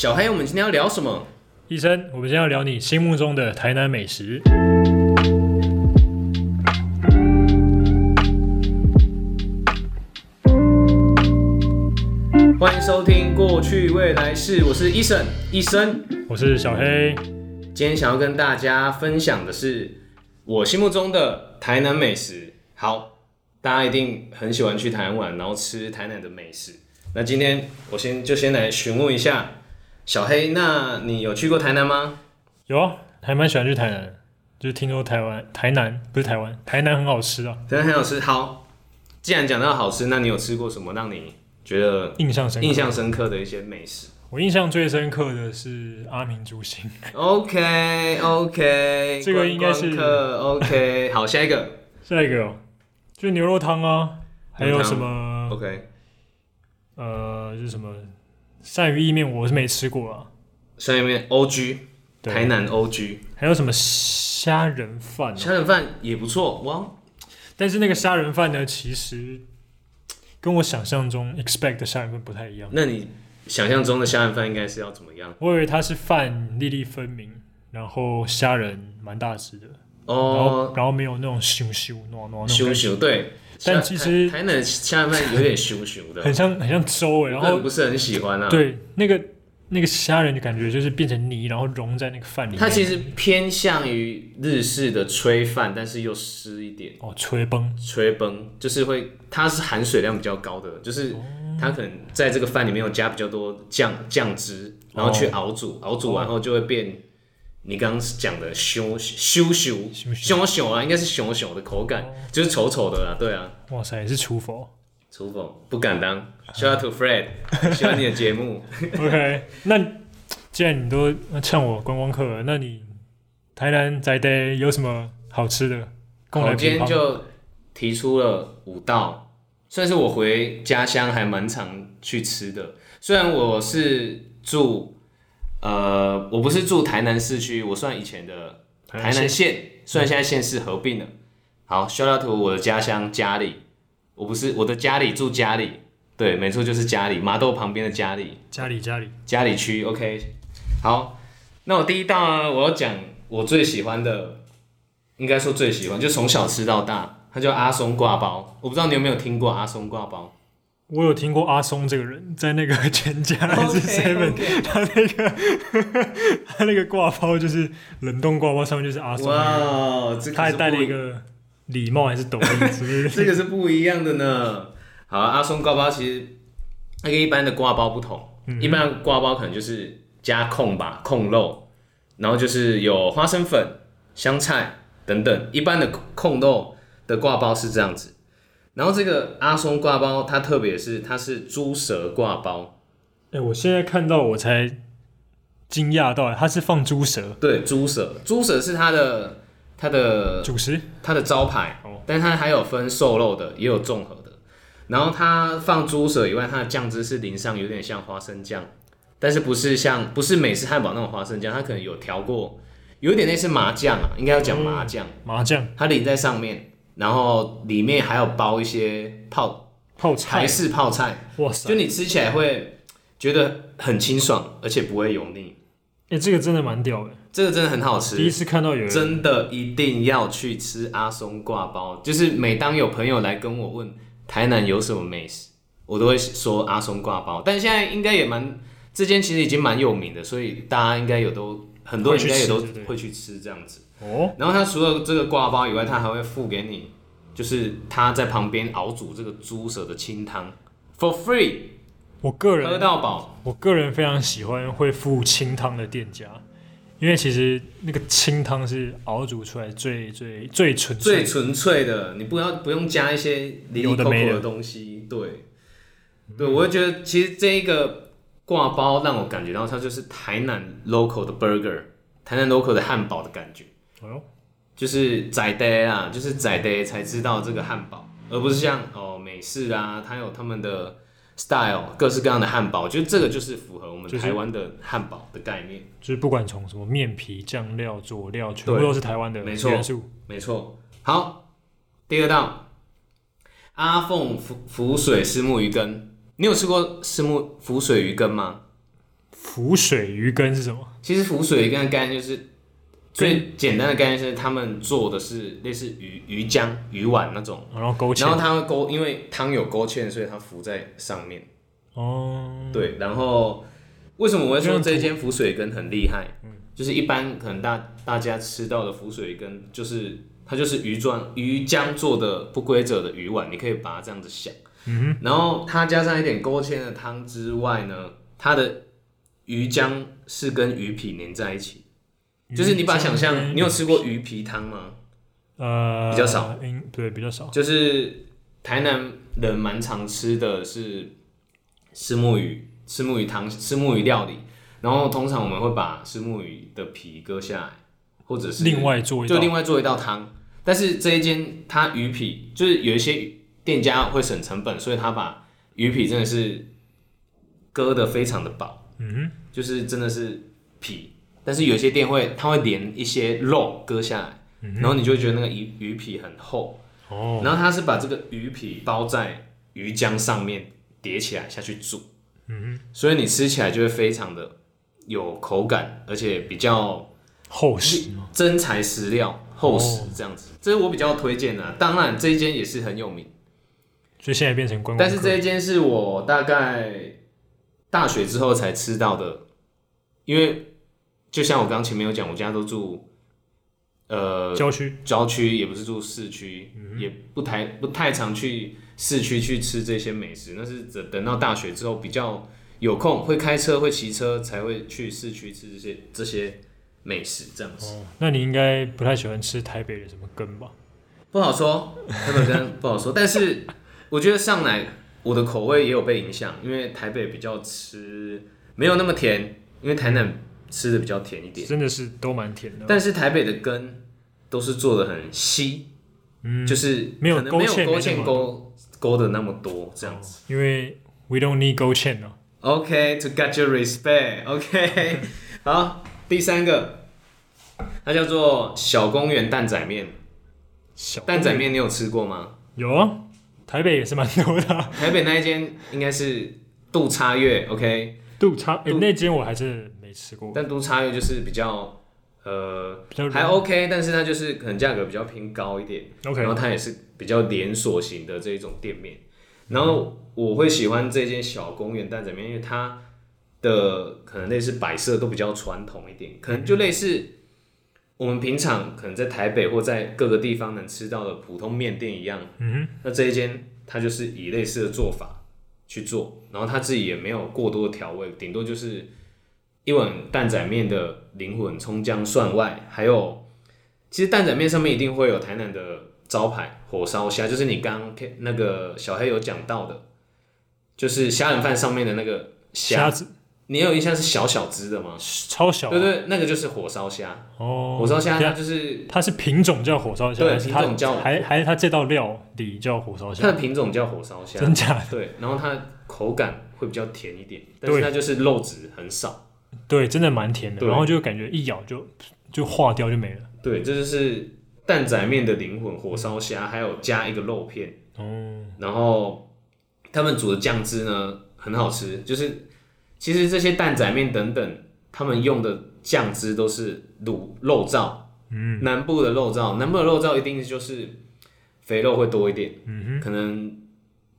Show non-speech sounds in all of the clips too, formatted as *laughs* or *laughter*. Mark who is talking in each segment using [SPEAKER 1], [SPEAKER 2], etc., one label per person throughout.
[SPEAKER 1] 小黑，我们今天要聊什么？
[SPEAKER 2] 医生，我们今天要聊你心目中的台南美食。
[SPEAKER 1] 欢迎收听《过去未来式》，我是医生，医生。
[SPEAKER 2] 我是小黑，
[SPEAKER 1] 今天想要跟大家分享的是我心目中的台南美食。好，大家一定很喜欢去台湾玩，然后吃台南的美食。那今天我先就先来询问一下小黑，那你有去过台南吗？
[SPEAKER 2] 有啊，还蛮喜欢去台南，就是听说台湾台南不是台湾，台南很好吃啊，
[SPEAKER 1] 真的很好吃。好，既然讲到好吃，那你有吃过什么让你觉得
[SPEAKER 2] 印象深刻。
[SPEAKER 1] 印象深刻的一些美食？
[SPEAKER 2] 我印象最深刻的是阿明猪心， *laughs*
[SPEAKER 1] OK OK，
[SPEAKER 2] 这个应该是 *laughs*
[SPEAKER 1] OK。好，下一个
[SPEAKER 2] 下一个、哦、就是牛肉汤啊，还
[SPEAKER 1] 牛
[SPEAKER 2] 有
[SPEAKER 1] 肉汤
[SPEAKER 2] 什么
[SPEAKER 1] OK，
[SPEAKER 2] 呃，就是什么鳝鱼意面，我是没吃过啊。
[SPEAKER 1] 下面 OG 台
[SPEAKER 2] 对，
[SPEAKER 1] 南 OG
[SPEAKER 2] 还有什么虾仁饭、啊？
[SPEAKER 1] 虾仁饭也不错哇。
[SPEAKER 2] 但是那个虾仁饭呢，其实跟我想象中 expect 的虾仁饭不太一样。
[SPEAKER 1] 那你想象中的虾仁饭应该是要怎么样？
[SPEAKER 2] 我以为它是饭粒粒分明，然后虾仁蛮大只的，然后、
[SPEAKER 1] 哦，
[SPEAKER 2] 然后没有那种咻咻糯糯那种
[SPEAKER 1] 羞
[SPEAKER 2] 感觉，
[SPEAKER 1] 羞对，
[SPEAKER 2] 但
[SPEAKER 1] 虾
[SPEAKER 2] 其实
[SPEAKER 1] 台台南的虾仁饭有点羞羞的，
[SPEAKER 2] 很像很像粥诶、然
[SPEAKER 1] 我个人
[SPEAKER 2] 后
[SPEAKER 1] 不是很喜欢啊。，
[SPEAKER 2] 对那个那个虾仁的感觉就是变成泥，然后融在那个饭里面。
[SPEAKER 1] 它其实偏向于日式的炊饭，但是又湿一点。
[SPEAKER 2] 哦吹崩，
[SPEAKER 1] 吹崩，就是会，它是含水量比较高的，就是它可能在这个饭里面有加比较多酱酱汁，然后去熬煮，熬煮完后就会变你刚刚讲的咻咻咻
[SPEAKER 2] 咻咻
[SPEAKER 1] 咻咻啊，应该是咻咻的口感，就是丑丑的啦，对啊，
[SPEAKER 2] 哇塞，也是厨佛。
[SPEAKER 1] 厨否不敢当，shout out to Fred，喜欢你的节目，
[SPEAKER 2] OK，那既然你都呛我观光客了，那你台南在地有什么好吃的？跟我
[SPEAKER 1] 我
[SPEAKER 2] 来
[SPEAKER 1] 哦今天
[SPEAKER 2] 评判。
[SPEAKER 1] 就提出了五道，算是我回家乡还蛮常去吃的。虽然我是住，呃，我不是住台南市区，我算以前的台南县，虽然现在县市合并了。好，shout out to 我的家乡家里，我不是我的家里住家里，对，没错就是家里，麻豆旁边的家里，
[SPEAKER 2] 家里家里
[SPEAKER 1] 家里区，OK。好，那我第一道呢，我要讲我最喜欢的，应该说最喜欢，就从小吃到大，它叫阿松挂包。我不知道你有没有听过阿松挂 *laughs* 包
[SPEAKER 2] 我有听过阿松这个人，在那个全家还是 Seven，他 *laughs* 那个 *laughs* 他那个挂包就是冷冻挂包，上面就是阿松，
[SPEAKER 1] 哇，这个
[SPEAKER 2] 他还
[SPEAKER 1] 是
[SPEAKER 2] 戴了
[SPEAKER 1] 不
[SPEAKER 2] 一个礼帽还是斗笠之 *laughs* 类的。
[SPEAKER 1] 这个是不一样的呢。好，啊阿松挂包其实它跟一般的挂包不同，一般的挂包可能就是加控吧，控肉，然后就是有花生粉、香菜等等。一般的控肉的挂包是这样子，然后这个阿松挂包它特别是它是猪舌挂包，
[SPEAKER 2] 哎、我现在看到我才惊讶到，他是放猪舌
[SPEAKER 1] 对，猪舌，猪舌是它的它的
[SPEAKER 2] 主食，
[SPEAKER 1] 它的招牌
[SPEAKER 2] 哦，
[SPEAKER 1] 但它还有分瘦肉的，也有综合的。然后它放猪舌以外，它的酱汁是淋上有点像花生酱，但是不是像不是美式汉堡那种花生酱，它可能有调过，有点类似麻酱啊，应该要讲麻酱，
[SPEAKER 2] 麻酱
[SPEAKER 1] 它淋在上面，然后里面还有包一些泡
[SPEAKER 2] 泡
[SPEAKER 1] 台
[SPEAKER 2] 菜，
[SPEAKER 1] 式泡菜，
[SPEAKER 2] 哇
[SPEAKER 1] 就
[SPEAKER 2] 塞！
[SPEAKER 1] 你吃起来会觉得很清爽，而且不会油腻，
[SPEAKER 2] 哎、这个真的蛮屌的，
[SPEAKER 1] 这个真的很好吃。
[SPEAKER 2] 第一次看到有人
[SPEAKER 1] 真的一定要去吃阿松挂包。就是每当有朋友来跟我问台南有什么美食，我都会说阿松挂包。但现在应该也蛮，这间其实已经蛮有名的，所以大家应该有都很多人应该也都
[SPEAKER 2] 会去吃对对
[SPEAKER 1] 会去吃这样子。
[SPEAKER 2] 哦，
[SPEAKER 1] 然后它除了这个挂包以外，它还会付给你，就是他在旁边熬煮这个猪舌的清汤，for free，
[SPEAKER 2] 我个人
[SPEAKER 1] 喝到饱。
[SPEAKER 2] 我个人非常喜欢会附清汤的店家，因为其实那个清汤是熬煮出来最最最纯粹
[SPEAKER 1] 最纯粹的，你不要不用加一些零零
[SPEAKER 2] 有
[SPEAKER 1] 扣
[SPEAKER 2] 的嗯
[SPEAKER 1] 扣
[SPEAKER 2] 没的
[SPEAKER 1] 的东西。对，对，我就觉得其实这一个挂包让我感觉到它就是台南 local 的 burger，台南 local 的汉堡的感觉，
[SPEAKER 2] 哎呦，
[SPEAKER 1] 就是仔爹啊，就是仔爹才知道这个汉堡，而不是像哦美式啊，它有他们的 style，各式各样的汉堡，我觉得这个就是符合我们
[SPEAKER 2] 就是
[SPEAKER 1] 台湾的汉堡的概念。
[SPEAKER 2] 就是不管从什么面皮、酱料、佐料，全部
[SPEAKER 1] 对
[SPEAKER 2] 都是台湾的
[SPEAKER 1] 没错
[SPEAKER 2] 元素。
[SPEAKER 1] 没错。好，第二道，阿凤浮浮水虱目鱼羹，你有吃过虱目浮水鱼羹吗？
[SPEAKER 2] 浮水鱼羹是什么？
[SPEAKER 1] 其实浮水鱼羹的概念就是最简单的概念是，他们做的是类似鱼鱼浆、鱼丸那种，
[SPEAKER 2] 然后勾芡，
[SPEAKER 1] 然后它会勾，因为汤有勾芡，所以它浮在上面。
[SPEAKER 2] 哦，
[SPEAKER 1] 对，然后为什么我会说这间浮水羹很厉害？就是一般可能大大家吃到的浮水羹，就是它就是鱼状鱼浆做的不规则的鱼丸，你可以把它这样子想。
[SPEAKER 2] 嗯
[SPEAKER 1] 然后它加上一点勾芡的汤之外呢，它的鱼浆是跟鱼皮粘在一起，就是你把它想象，你有吃过鱼皮汤吗？
[SPEAKER 2] 呃
[SPEAKER 1] 比较少，
[SPEAKER 2] 嗯，对，比较少，
[SPEAKER 1] 就是台南人蛮常吃的是石目鱼、石目鱼汤、石目鱼料理，然后通常我们会把石目鱼的皮割下来，或者是
[SPEAKER 2] 另外做一
[SPEAKER 1] 就
[SPEAKER 2] 道
[SPEAKER 1] 另外做一道汤。但是这一间它鱼皮就是有一些店家会省成本，所以他把鱼皮真的是割的非常的薄，
[SPEAKER 2] 嗯
[SPEAKER 1] 就是真的是皮。但是有些店会，它会连一些肉割下来，然后你就会觉得那个鱼鱼皮很厚。
[SPEAKER 2] 哼，嗯哦，
[SPEAKER 1] 然后它是把这个鱼皮包在鱼浆上面叠起来下去煮，嗯，所以你吃起来就会非常的有口感，而且比较
[SPEAKER 2] 厚实嘛，
[SPEAKER 1] 真材实料、厚实这样子，这是我比较推荐的啊、当然，这一间也是很有名，
[SPEAKER 2] 所以现在变成观光
[SPEAKER 1] 但
[SPEAKER 2] 客，
[SPEAKER 1] 是这一间是我大概大学之后才吃到的，因为就像我刚前面有讲，我家都住呃
[SPEAKER 2] 郊区
[SPEAKER 1] 郊区，也不是住市区，也不太不太常去市区去吃这些美食。那是等等到大学之后比较有空，会开车会骑车，才会去市区吃这些这些美食这样子。
[SPEAKER 2] 哦，那你应该不太喜欢吃台北的什么羹吧？
[SPEAKER 1] 不好说，台北跟不好说，但是我觉得上来我的口味也有被影响，因为台北比较吃没有那么甜，因为台南吃的比较甜一点，
[SPEAKER 2] 真的是都蛮甜的，
[SPEAKER 1] 但是台北的根都是做的很稀。
[SPEAKER 2] 嗯，
[SPEAKER 1] 就是
[SPEAKER 2] 没有
[SPEAKER 1] 可能没有
[SPEAKER 2] 勾芡
[SPEAKER 1] 勾
[SPEAKER 2] 没那
[SPEAKER 1] 芡
[SPEAKER 2] 么
[SPEAKER 1] 勾勾的那么多这样子。
[SPEAKER 2] 因为 we don't need go chain 哦，
[SPEAKER 1] OK, to get your respect. OK，好， *laughs* 第三个，它叫做小公园蛋仔面。
[SPEAKER 2] 小
[SPEAKER 1] 蛋仔面你有吃过吗？
[SPEAKER 2] 有啊，台北也是蛮多的啊，
[SPEAKER 1] 台北那一间应该是杜叉月，OK，
[SPEAKER 2] 杜差诶
[SPEAKER 1] 杜
[SPEAKER 2] 那间我还真的没吃过，
[SPEAKER 1] 但杜叉月就是比较呃
[SPEAKER 2] 比较
[SPEAKER 1] 还 OK，但是它就是可能价格比较偏高一点。然后
[SPEAKER 2] OK，
[SPEAKER 1] 它也是比较连锁型的这一种店面。然后我会喜欢这间小公园蛋仔面，因为它的可能类似摆设都比较传统一点，可能就类似我们平常可能在台北或在各个地方能吃到的普通面店一样。
[SPEAKER 2] 嗯
[SPEAKER 1] 那这一间它就是以类似的做法去做，然后它自己也没有过多的调味，顶多就是一碗蛋仔面的灵魂葱姜蒜外，还有其实蛋仔面上面一定会有台南的招牌火烧虾，就是你刚刚 K- 那个小黑有讲到的，就是虾仁饭上面的那个
[SPEAKER 2] 虾
[SPEAKER 1] 虾，
[SPEAKER 2] 子
[SPEAKER 1] 你有印象是小小只的吗？
[SPEAKER 2] 超小啊，
[SPEAKER 1] 对对，那个就是火烧虾，
[SPEAKER 2] 哦，
[SPEAKER 1] 火烧虾
[SPEAKER 2] 对
[SPEAKER 1] 它
[SPEAKER 2] 啊
[SPEAKER 1] 就是
[SPEAKER 2] 它是品种叫火烧虾，
[SPEAKER 1] 对
[SPEAKER 2] 还是它
[SPEAKER 1] 品种叫
[SPEAKER 2] 还还是它这道料理叫火烧
[SPEAKER 1] 它
[SPEAKER 2] 虾？
[SPEAKER 1] 的品种叫火烧虾，
[SPEAKER 2] 真假的？
[SPEAKER 1] 对，然后它的口感会比较甜一点，但是
[SPEAKER 2] 对
[SPEAKER 1] 它就是肉质很少。
[SPEAKER 2] 对，真的蛮甜的，
[SPEAKER 1] 对
[SPEAKER 2] 然后就感觉一咬就就化掉就没了。
[SPEAKER 1] 对，这就是蛋仔面的灵魂，火烧虾，还有加一个肉片，
[SPEAKER 2] 哦，
[SPEAKER 1] 然后他们煮的酱汁呢很好吃，就是其实这些蛋仔面等等，他们用的酱汁都是卤肉燥，嗯，南部的肉燥，南部的肉燥一定就是肥肉会多一点，
[SPEAKER 2] 嗯
[SPEAKER 1] 可能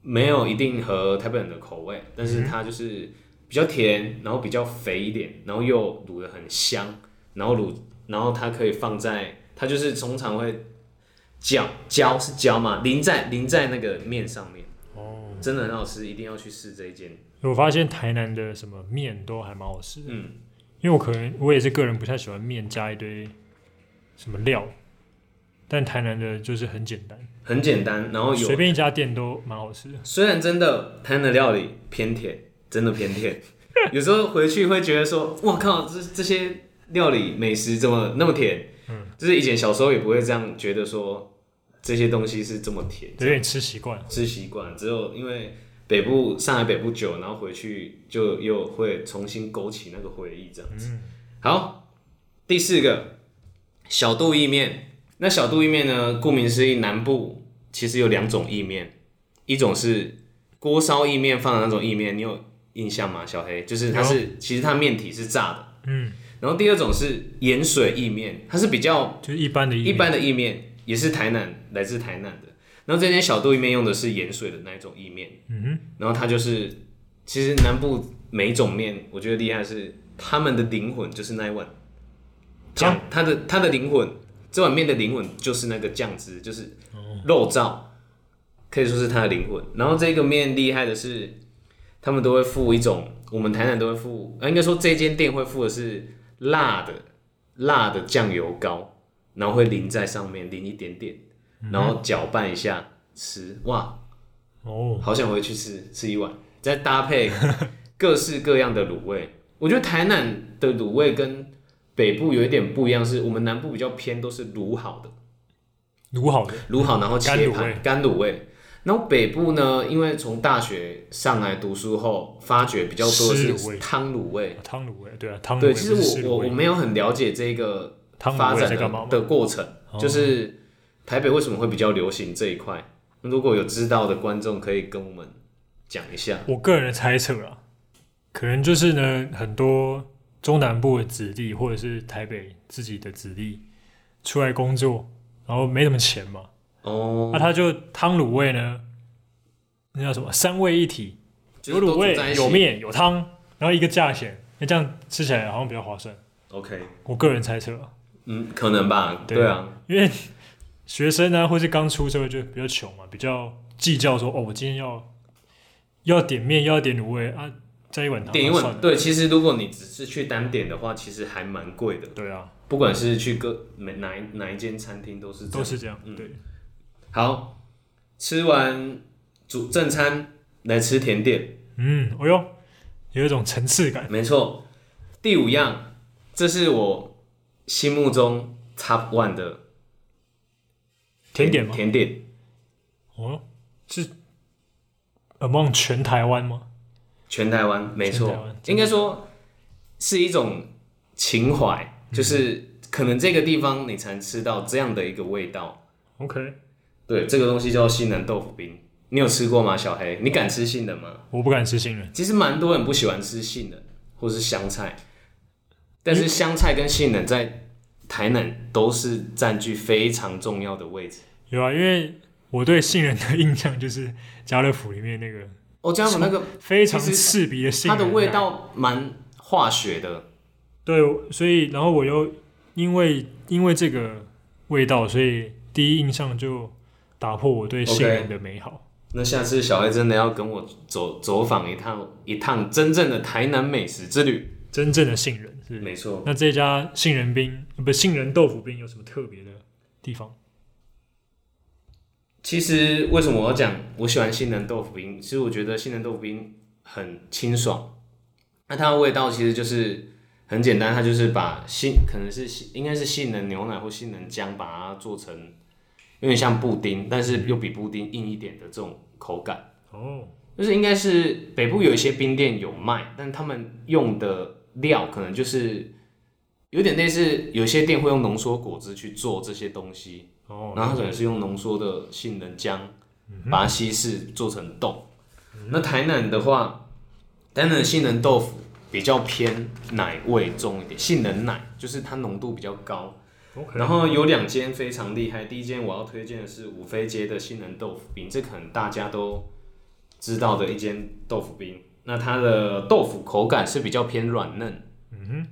[SPEAKER 1] 没有一定合台北人的口味，但
[SPEAKER 2] 嗯
[SPEAKER 1] 是它就是比较甜，然后比较肥一点，然后又卤的很香，然后卤，然后它可以放在，它就是通常会浇浇是浇嘛，淋在淋在那个面上面，
[SPEAKER 2] 哼，哦，
[SPEAKER 1] 真的很好吃，一定要去试这一间。
[SPEAKER 2] 我发现台南的什么面都还蛮好吃的，
[SPEAKER 1] 嗯，
[SPEAKER 2] 因为我可能我也是个人不太喜欢面加一堆什么料，但台南的就是很简单，
[SPEAKER 1] 很简单，然后
[SPEAKER 2] 随
[SPEAKER 1] 哦有
[SPEAKER 2] 便一家店都蛮好吃的。
[SPEAKER 1] 虽然真的台湾的料理偏甜，真的偏甜， *laughs* 有时候回去会觉得说，我靠，这这些料理美食怎么那么甜？嗯，就是以前小时候也不会这样觉得说这些东西是这么甜，
[SPEAKER 2] 有点吃习惯，
[SPEAKER 1] 吃习惯只有因为北部上海北部久，然后回去就又会重新勾起那个回忆这样
[SPEAKER 2] 嗯
[SPEAKER 1] 子。好，第四个小肚意面。那小肚意面呢？顾名思义，南部其实有两种意面，一种是锅烧意面饭的那种意面，你有印象吗？小黑，就是它是其实它面体是炸的，
[SPEAKER 2] 嗯，
[SPEAKER 1] 然后第二种是盐水意面，它是比较
[SPEAKER 2] 就是一般的意面
[SPEAKER 1] 一般的意面，也是台南来自台南的。然后这间小豆意面用的是盐水的那一种意面，
[SPEAKER 2] 嗯哼，
[SPEAKER 1] 然后它就是其实南部每一种面，我觉得厉害的是他们的灵魂就是那一碗酱，它的它的灵魂，这碗面的灵魂就是那个酱汁，就是肉燥，可以说是它的灵魂。然后这个面厉害的是，他们都会附一种，我们台南都会附，呃，应该说这间店会附的是辣的辣的酱油膏，然后会淋在上面，淋一点点，
[SPEAKER 2] 嗯
[SPEAKER 1] 然后搅拌一下吃，哇，
[SPEAKER 2] 哦，
[SPEAKER 1] 好想回去吃吃一碗，再搭
[SPEAKER 2] *laughs*
[SPEAKER 1] 配各式各样的卤味。我觉得台南的卤味跟北部有一点不一样，是我们南部比较偏都是卤好的，
[SPEAKER 2] 卤好的，
[SPEAKER 1] 卤好然后切
[SPEAKER 2] 干卤味
[SPEAKER 1] 盘干卤味。然后北部呢，因为从大学上来读书后，发觉比较多
[SPEAKER 2] 湿
[SPEAKER 1] 的
[SPEAKER 2] 卤
[SPEAKER 1] 是
[SPEAKER 2] 味
[SPEAKER 1] 汤卤味。
[SPEAKER 2] 汤卤味，对啊，汤卤
[SPEAKER 1] 对，
[SPEAKER 2] 味不
[SPEAKER 1] 其
[SPEAKER 2] 是
[SPEAKER 1] 实
[SPEAKER 2] 湿卤
[SPEAKER 1] 我我
[SPEAKER 2] 味
[SPEAKER 1] 我没有很了解这个
[SPEAKER 2] 汤
[SPEAKER 1] 发
[SPEAKER 2] 卤味
[SPEAKER 1] 展
[SPEAKER 2] 在
[SPEAKER 1] 的
[SPEAKER 2] 干嘛吗？哦
[SPEAKER 1] 的过程，就是台北为什么会比较流行这一块。如果有知道的观众，可以跟我们讲一下。
[SPEAKER 2] 我个人的猜测啊，可能就是呢，很多中南部的子弟或者是台北自己的子弟出来工作，然后没什么钱嘛，
[SPEAKER 1] 哦，
[SPEAKER 2] 那、他就汤卤味呢，那叫什么三位一体，
[SPEAKER 1] 就
[SPEAKER 2] 有
[SPEAKER 1] 是都
[SPEAKER 2] 卤
[SPEAKER 1] 煮在
[SPEAKER 2] 味
[SPEAKER 1] 一起
[SPEAKER 2] 有面有汤，然后一个价钱，那这样吃起来好像比较划算。
[SPEAKER 1] OK，
[SPEAKER 2] 我个人猜测啊，
[SPEAKER 1] 嗯，可能吧，
[SPEAKER 2] 对
[SPEAKER 1] 对啊，
[SPEAKER 2] 因为学生呢、或是刚出社会就比较穷嘛，比较计较说哦，我今天要要点面，要点卤味啊，再一碗汤，
[SPEAKER 1] 点一
[SPEAKER 2] 啊算
[SPEAKER 1] 碗
[SPEAKER 2] 了
[SPEAKER 1] 对，其实如果你只是去单点的话，其实还蛮贵的，
[SPEAKER 2] 对啊，
[SPEAKER 1] 不管是去各每哪一哪一间餐厅都是这
[SPEAKER 2] 都
[SPEAKER 1] 样。嗯
[SPEAKER 2] 是这样，对。
[SPEAKER 1] 好，吃完主正餐来吃甜点，
[SPEAKER 2] 嗯，哎呦，有一种层次感。
[SPEAKER 1] 没错。第五样，这是我心目中 top one 的
[SPEAKER 2] 甜点吗？
[SPEAKER 1] 甜点
[SPEAKER 2] 哦，是 among 全台湾吗？
[SPEAKER 1] 全台湾没
[SPEAKER 2] 全台
[SPEAKER 1] 错
[SPEAKER 2] 湾，
[SPEAKER 1] 应该说是一种情怀，
[SPEAKER 2] 嗯
[SPEAKER 1] 就是可能这个地方你才能吃到这样的一个味道。
[SPEAKER 2] OK，
[SPEAKER 1] 对，这个东西叫杏仁豆腐冰，你有吃过吗？小黑，你敢吃杏仁吗？
[SPEAKER 2] 我不敢吃杏仁，
[SPEAKER 1] 其实蛮多人不喜欢吃杏仁或是香菜，但是香菜跟杏仁在台南都是占据非常重要的位置。
[SPEAKER 2] 有啊，因为我对杏仁的印象就是家乐福里面那个
[SPEAKER 1] 哦，家福那个
[SPEAKER 2] 非常
[SPEAKER 1] 其实
[SPEAKER 2] 刺鼻的杏
[SPEAKER 1] 它
[SPEAKER 2] 仁，啊
[SPEAKER 1] 的味。道蛮化学的，
[SPEAKER 2] 对，所以然后我又因为因为这个味道，所以第一印象就打破我对杏仁的美好。
[SPEAKER 1] 那下次小黑真的要跟我走走访一趟一趟真正的台南美食之旅。
[SPEAKER 2] 真正的杏仁是。
[SPEAKER 1] 嗯没错，
[SPEAKER 2] 那这家杏仁冰呃不杏仁豆腐冰有什么特别的地方？
[SPEAKER 1] 其实为什么我要讲我喜欢杏仁豆腐冰？其实我觉得杏仁豆腐冰很清爽，那它的味道其实就是很简单，它就是把杏可能是杏应该是杏仁牛奶或杏仁浆，把它做成有点像布丁，但是又比布丁硬一点的这种口感。
[SPEAKER 2] 哦，
[SPEAKER 1] 就是应该是北部有一些冰店有卖，但他们用的料可能就是有点类似，有些店会用浓缩果汁去做这些东西。
[SPEAKER 2] 哦，
[SPEAKER 1] 然后它可能是用浓缩的杏仁浆
[SPEAKER 2] 嗯
[SPEAKER 1] 把它稀释做成冻。那台南的话，台南的杏仁豆腐比较偏奶味重一点，杏仁奶就是它浓度比较高。
[SPEAKER 2] OK，
[SPEAKER 1] 然后有两间非常厉害，第一间我要推荐的是五妃街的杏仁豆腐冰，这可能大家都知道的一间豆腐冰。那它的豆腐口感是比较偏软嫩，
[SPEAKER 2] 嗯哼，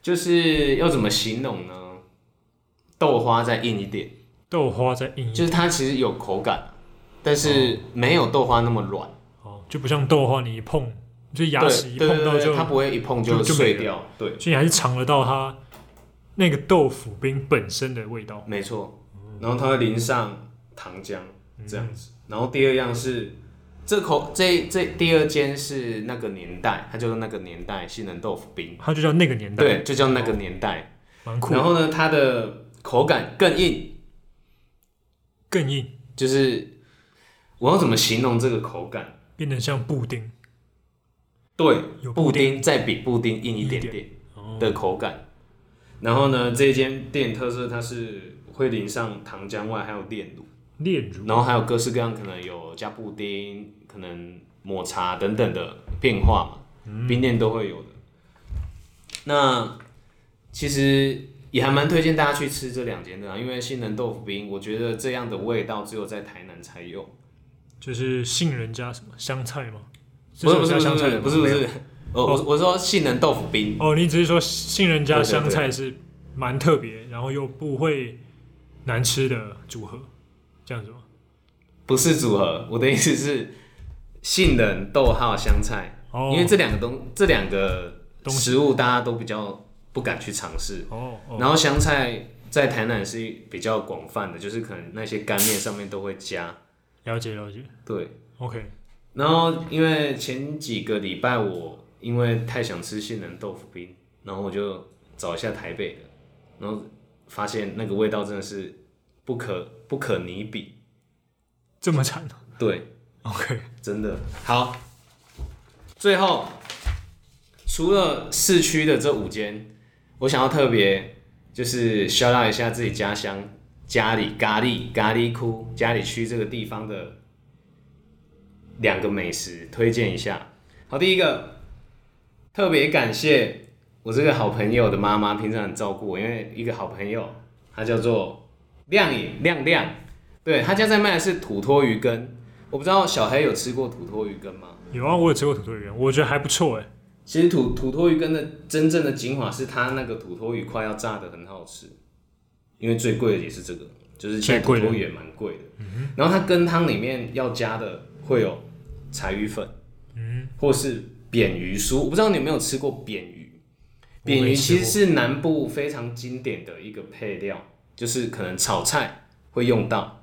[SPEAKER 1] 就是要怎么形容呢？豆花再硬一点。
[SPEAKER 2] 豆花在硬一
[SPEAKER 1] 就是它其实有口感，啊但是没有豆花那么软，
[SPEAKER 2] 哦，就不像豆花，你一碰就牙齿一
[SPEAKER 1] 对对
[SPEAKER 2] 碰到
[SPEAKER 1] 对
[SPEAKER 2] 就
[SPEAKER 1] 对，，它不会一碰
[SPEAKER 2] 就就没
[SPEAKER 1] 碎
[SPEAKER 2] 了
[SPEAKER 1] 掉，对，
[SPEAKER 2] 所以你还是尝得到它那个豆腐冰本身的味道。
[SPEAKER 1] 没错。然后它会淋上糖浆这样
[SPEAKER 2] 嗯
[SPEAKER 1] 子。然后第二样是这口这这第二间是那个年代，它就是那个年代杏仁豆腐冰，
[SPEAKER 2] 它就叫那个年代，
[SPEAKER 1] 对，就叫那个年代。
[SPEAKER 2] 蛮酷
[SPEAKER 1] 然
[SPEAKER 2] 的，
[SPEAKER 1] 后呢，它的口感更硬，
[SPEAKER 2] 更硬，
[SPEAKER 1] 就是我要怎么形容这个口感？
[SPEAKER 2] 变得像布丁。
[SPEAKER 1] 对，
[SPEAKER 2] 有
[SPEAKER 1] 布
[SPEAKER 2] 布丁
[SPEAKER 1] 丁再比布丁硬一点
[SPEAKER 2] 硬一
[SPEAKER 1] 点
[SPEAKER 2] 哦
[SPEAKER 1] 的口感。然后呢，这间店特色它是会淋上糖浆外，还有炼乳，
[SPEAKER 2] 炼乳
[SPEAKER 1] 然后还有各式各样，可能有加布丁，可能抹茶等等的变化
[SPEAKER 2] 嗯
[SPEAKER 1] 嘛，冰店都会有的。那其实也还蛮推荐大家去吃这两间的、啊，因为杏仁豆腐冰，我觉得这样的味道只有在台南才有。
[SPEAKER 2] 就是杏仁加什么香菜吗？
[SPEAKER 1] 不是不是
[SPEAKER 2] 加
[SPEAKER 1] 不是
[SPEAKER 2] 香
[SPEAKER 1] 不
[SPEAKER 2] 菜
[SPEAKER 1] 是
[SPEAKER 2] 的吗
[SPEAKER 1] 不是不
[SPEAKER 2] 没有
[SPEAKER 1] 是，哦，我我说杏仁豆腐冰，
[SPEAKER 2] 哦，你只是说杏仁加
[SPEAKER 1] 对对对
[SPEAKER 2] 香菜是蛮特别，然后又不会难吃的组合，这样子吗？
[SPEAKER 1] 不是组合，我的意思是杏仁、逗号、香菜，
[SPEAKER 2] 哦，
[SPEAKER 1] 因为这两个东这两个
[SPEAKER 2] 东西
[SPEAKER 1] 食物大家都比较不敢去尝试，
[SPEAKER 2] 哦哦
[SPEAKER 1] 然后香菜在台南是比较广泛的，就是可能那些干面上面都会加，
[SPEAKER 2] 了解了解
[SPEAKER 1] 对。
[SPEAKER 2] ，OK，
[SPEAKER 1] 然后因为前几个礼拜我因为太想吃杏仁豆腐冰，然后我就找一下台北的，然后发现那个味道真的是不可不可拟比，
[SPEAKER 2] 这么惨啊
[SPEAKER 1] 对。
[SPEAKER 2] ，OK，
[SPEAKER 1] 真的好。最后，除了市区的这五间，我想要特别就是 shout out 一下自己家乡家里咖喱咖喱窟家里区这个地方的两个美食推荐一下。好，第一个特别感谢我这个好朋友的妈妈，平常很照顾我，因为一个好朋友，她叫做亮颖亮亮，对她家在卖的是土托鱼羹。我不知道小黑有吃过土托鱼羹吗？
[SPEAKER 2] 有啊，我有吃过土豆圆，我觉得还不错哎，
[SPEAKER 1] 其实土土托鱼羹的真正的精华是它那个土托鱼块要炸的很好吃，因为最贵的也是这个，就是现在
[SPEAKER 2] 最贵
[SPEAKER 1] 土
[SPEAKER 2] 的
[SPEAKER 1] 托鱼也蛮贵的。然后它羹汤里面要加的会有柴鱼粉，嗯，或是扁鱼酥。我不知道你有没有吃过扁鱼？
[SPEAKER 2] 我没吃
[SPEAKER 1] 扁
[SPEAKER 2] 过
[SPEAKER 1] 鱼其实是南部非常经典的一个配料，就是可能炒菜会用到。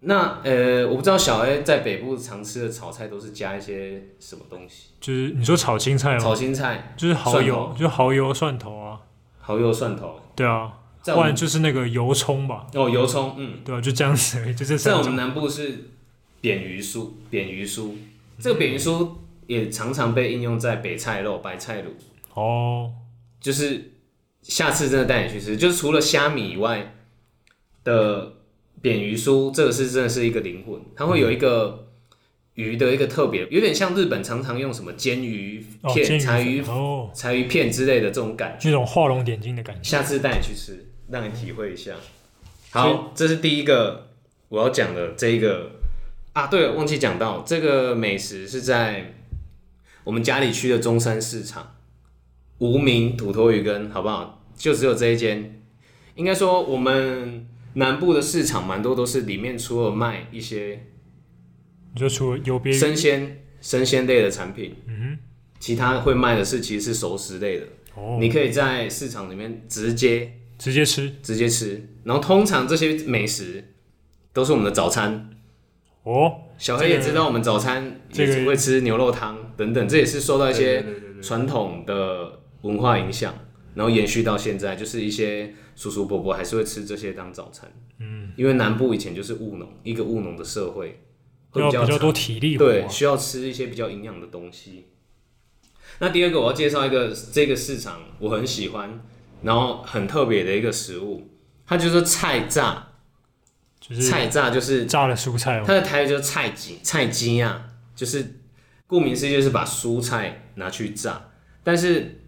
[SPEAKER 1] 那呃，我不知道小 A 在北部常吃的炒菜都是加一些什么东西？
[SPEAKER 2] 就是你说炒青菜吗？
[SPEAKER 1] 炒青菜、
[SPEAKER 2] 就是蚝
[SPEAKER 1] 蒜
[SPEAKER 2] 油，就是蚝油蒜头啊，
[SPEAKER 1] 蚝油、蒜头，
[SPEAKER 2] 对啊，
[SPEAKER 1] 在
[SPEAKER 2] 不
[SPEAKER 1] 我
[SPEAKER 2] 然
[SPEAKER 1] 们
[SPEAKER 2] 就是那个油葱吧，
[SPEAKER 1] 哦油葱，嗯，
[SPEAKER 2] 对啊，就这样子而已，就这
[SPEAKER 1] 在
[SPEAKER 2] 三
[SPEAKER 1] 我
[SPEAKER 2] 种
[SPEAKER 1] 们南部是扁鱼酥，扁鱼酥，这个扁鱼酥也常常被应用在北菜肉、白菜卤，
[SPEAKER 2] 哦，
[SPEAKER 1] 就是下次真的带你去吃，就是除了虾米以外的扁鱼酥，这个是真的是一个灵魂，它会有一个鱼的一个特别，有点像日本常常用什么煎鱼
[SPEAKER 2] 哦，
[SPEAKER 1] 片、
[SPEAKER 2] 煎
[SPEAKER 1] 柴
[SPEAKER 2] 鱼
[SPEAKER 1] 鱼
[SPEAKER 2] 粉哦，
[SPEAKER 1] 柴鱼片之类的这种感觉。
[SPEAKER 2] 那种画龙点睛的感觉，
[SPEAKER 1] 下次带你去吃，让你体会一下。好，这是第一个我要讲的这一个啊，对了，忘记讲到这个美食是在我们家里区的中山市场，无名土托鱼羹，好不好？就只有这一间。应该说我们南部的市场蛮多都是里面除了卖一些
[SPEAKER 2] 你就除了有别于
[SPEAKER 1] 生鲜生鲜类的产品，嗯其他会卖的是其实是熟食类的，
[SPEAKER 2] 哦，
[SPEAKER 1] 你可以在市场里面直接
[SPEAKER 2] 直接吃
[SPEAKER 1] 直接吃。然后通常这些美食都是我们的早餐。
[SPEAKER 2] 哦，
[SPEAKER 1] 小黑也知道我们早餐
[SPEAKER 2] 这
[SPEAKER 1] 也
[SPEAKER 2] 个
[SPEAKER 1] 只会吃牛肉汤等等，这也是受到一些
[SPEAKER 2] 对对对对对
[SPEAKER 1] 传统的文化影响，然后延续到现在，就是一些叔叔伯伯还是会吃这些当早餐。嗯，因为南部以前就是务农，一个务农的社会，会
[SPEAKER 2] 要
[SPEAKER 1] 比较
[SPEAKER 2] 比较
[SPEAKER 1] 常
[SPEAKER 2] 多体力活
[SPEAKER 1] 对，
[SPEAKER 2] 啊，
[SPEAKER 1] 需要吃一些比较营养的东西。那第二个我要介绍一个这个市场我很喜欢，然后很特别的一个食物，它就是菜炸，
[SPEAKER 2] 就是
[SPEAKER 1] 菜炸就是
[SPEAKER 2] 炸的蔬菜嘛，哦
[SPEAKER 1] 它的台语就是菜鸡，菜鸡啊，就是顾名思义就是把蔬菜拿去炸，但是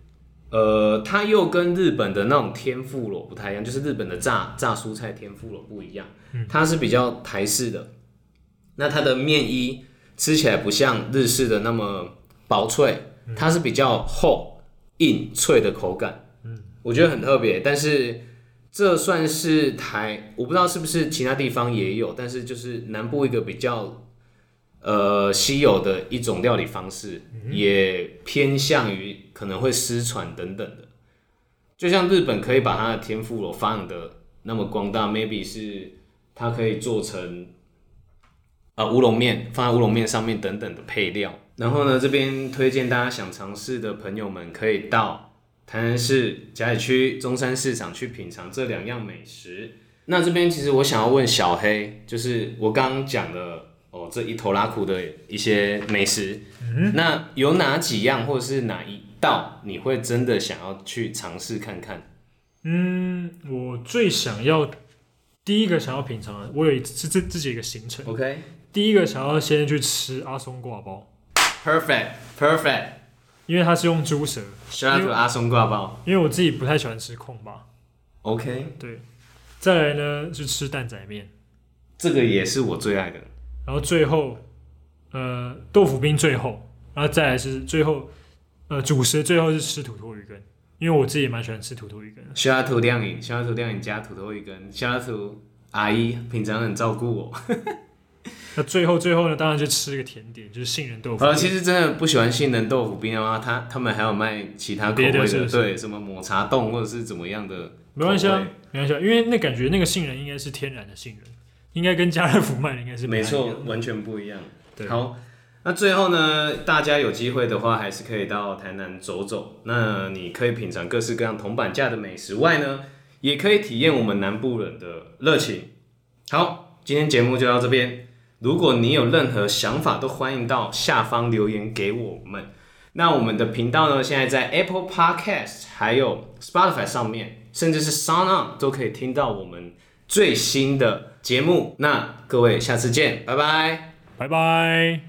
[SPEAKER 1] 呃，它又跟日本的那种天妇罗不太一样，就是日本的炸炸蔬菜天妇罗不一样，它是比较台式的，那它的面衣吃起来不像日式的那么薄脆，它是比较厚硬脆的口感，嗯，我觉得很特别，但是。这算是台，我不知道是不是其他地方也有，但是就是南部一个比较呃稀有的一种料理方式，也偏向于可能会失传等等的。就像日本可以把它的天妇罗发扬的那么光大，maybe 是它可以做成啊、呃、乌龙面，放在乌龙面上面等等的配料。然后呢，这边推荐大家想尝试的朋友们可以到台南市甲里区中山市场去品尝这两样美食。那这边其实我想要问小黑，就是我刚刚讲的哦，这一头拉苦的一些美食，那有哪几样或者是哪一道你会真的想要去尝试看看？
[SPEAKER 2] 嗯，我最想要第一个想要品尝的，我有一次自自自己有一个行程，
[SPEAKER 1] OK，
[SPEAKER 2] 第一个想要先去吃阿松挂包，
[SPEAKER 1] Perfect, perfect.
[SPEAKER 2] 因为它是用猪舌，
[SPEAKER 1] Shout out to 阿松挂包。
[SPEAKER 2] 因为我自己不太喜欢吃控吧。
[SPEAKER 1] OK，
[SPEAKER 2] 对，再来呢是吃蛋仔面，
[SPEAKER 1] 这个也是我最爱的。
[SPEAKER 2] 然后最后呃豆腐冰最后，然后再来是最后呃主食最后是吃土托鱼羹，因为我自己也蛮喜欢吃土托鱼羹的。
[SPEAKER 1] Shout out to 亮颖，Shout out to 亮颖加土豆一根，Shout out to 阿姨，平常很照顾我。
[SPEAKER 2] 那最后最后呢，当然就吃一个甜点，就是杏仁豆腐。
[SPEAKER 1] 呃，其实真的不喜欢杏仁豆腐冰的话，他他们还有卖其他口味
[SPEAKER 2] 别
[SPEAKER 1] 的，
[SPEAKER 2] 的是不是
[SPEAKER 1] 对，什么抹茶冻或者是怎么样的。
[SPEAKER 2] 没关系
[SPEAKER 1] 口
[SPEAKER 2] 啊
[SPEAKER 1] 味，
[SPEAKER 2] 没关系啊，因为那感觉那个杏仁应该是天然的杏仁，应该跟家乐福卖的应该是不
[SPEAKER 1] 没
[SPEAKER 2] 太一样
[SPEAKER 1] 错，。完全不一样。
[SPEAKER 2] 对，
[SPEAKER 1] 好，那最后呢，大家有机会的话，还是可以到台南走走。那你可以品尝各式各样铜板价的美食外呢，也可以体验我们南部人的热情。好，今天节目就到这边。如果你有任何想法，都欢迎到下方留言给我们。那我们的频道呢，现在在 Apple Podcast 还有 Spotify 上面，甚至是 Sound On 都可以听到我们最新的节目。那各位，下次见，拜拜。
[SPEAKER 2] 拜拜。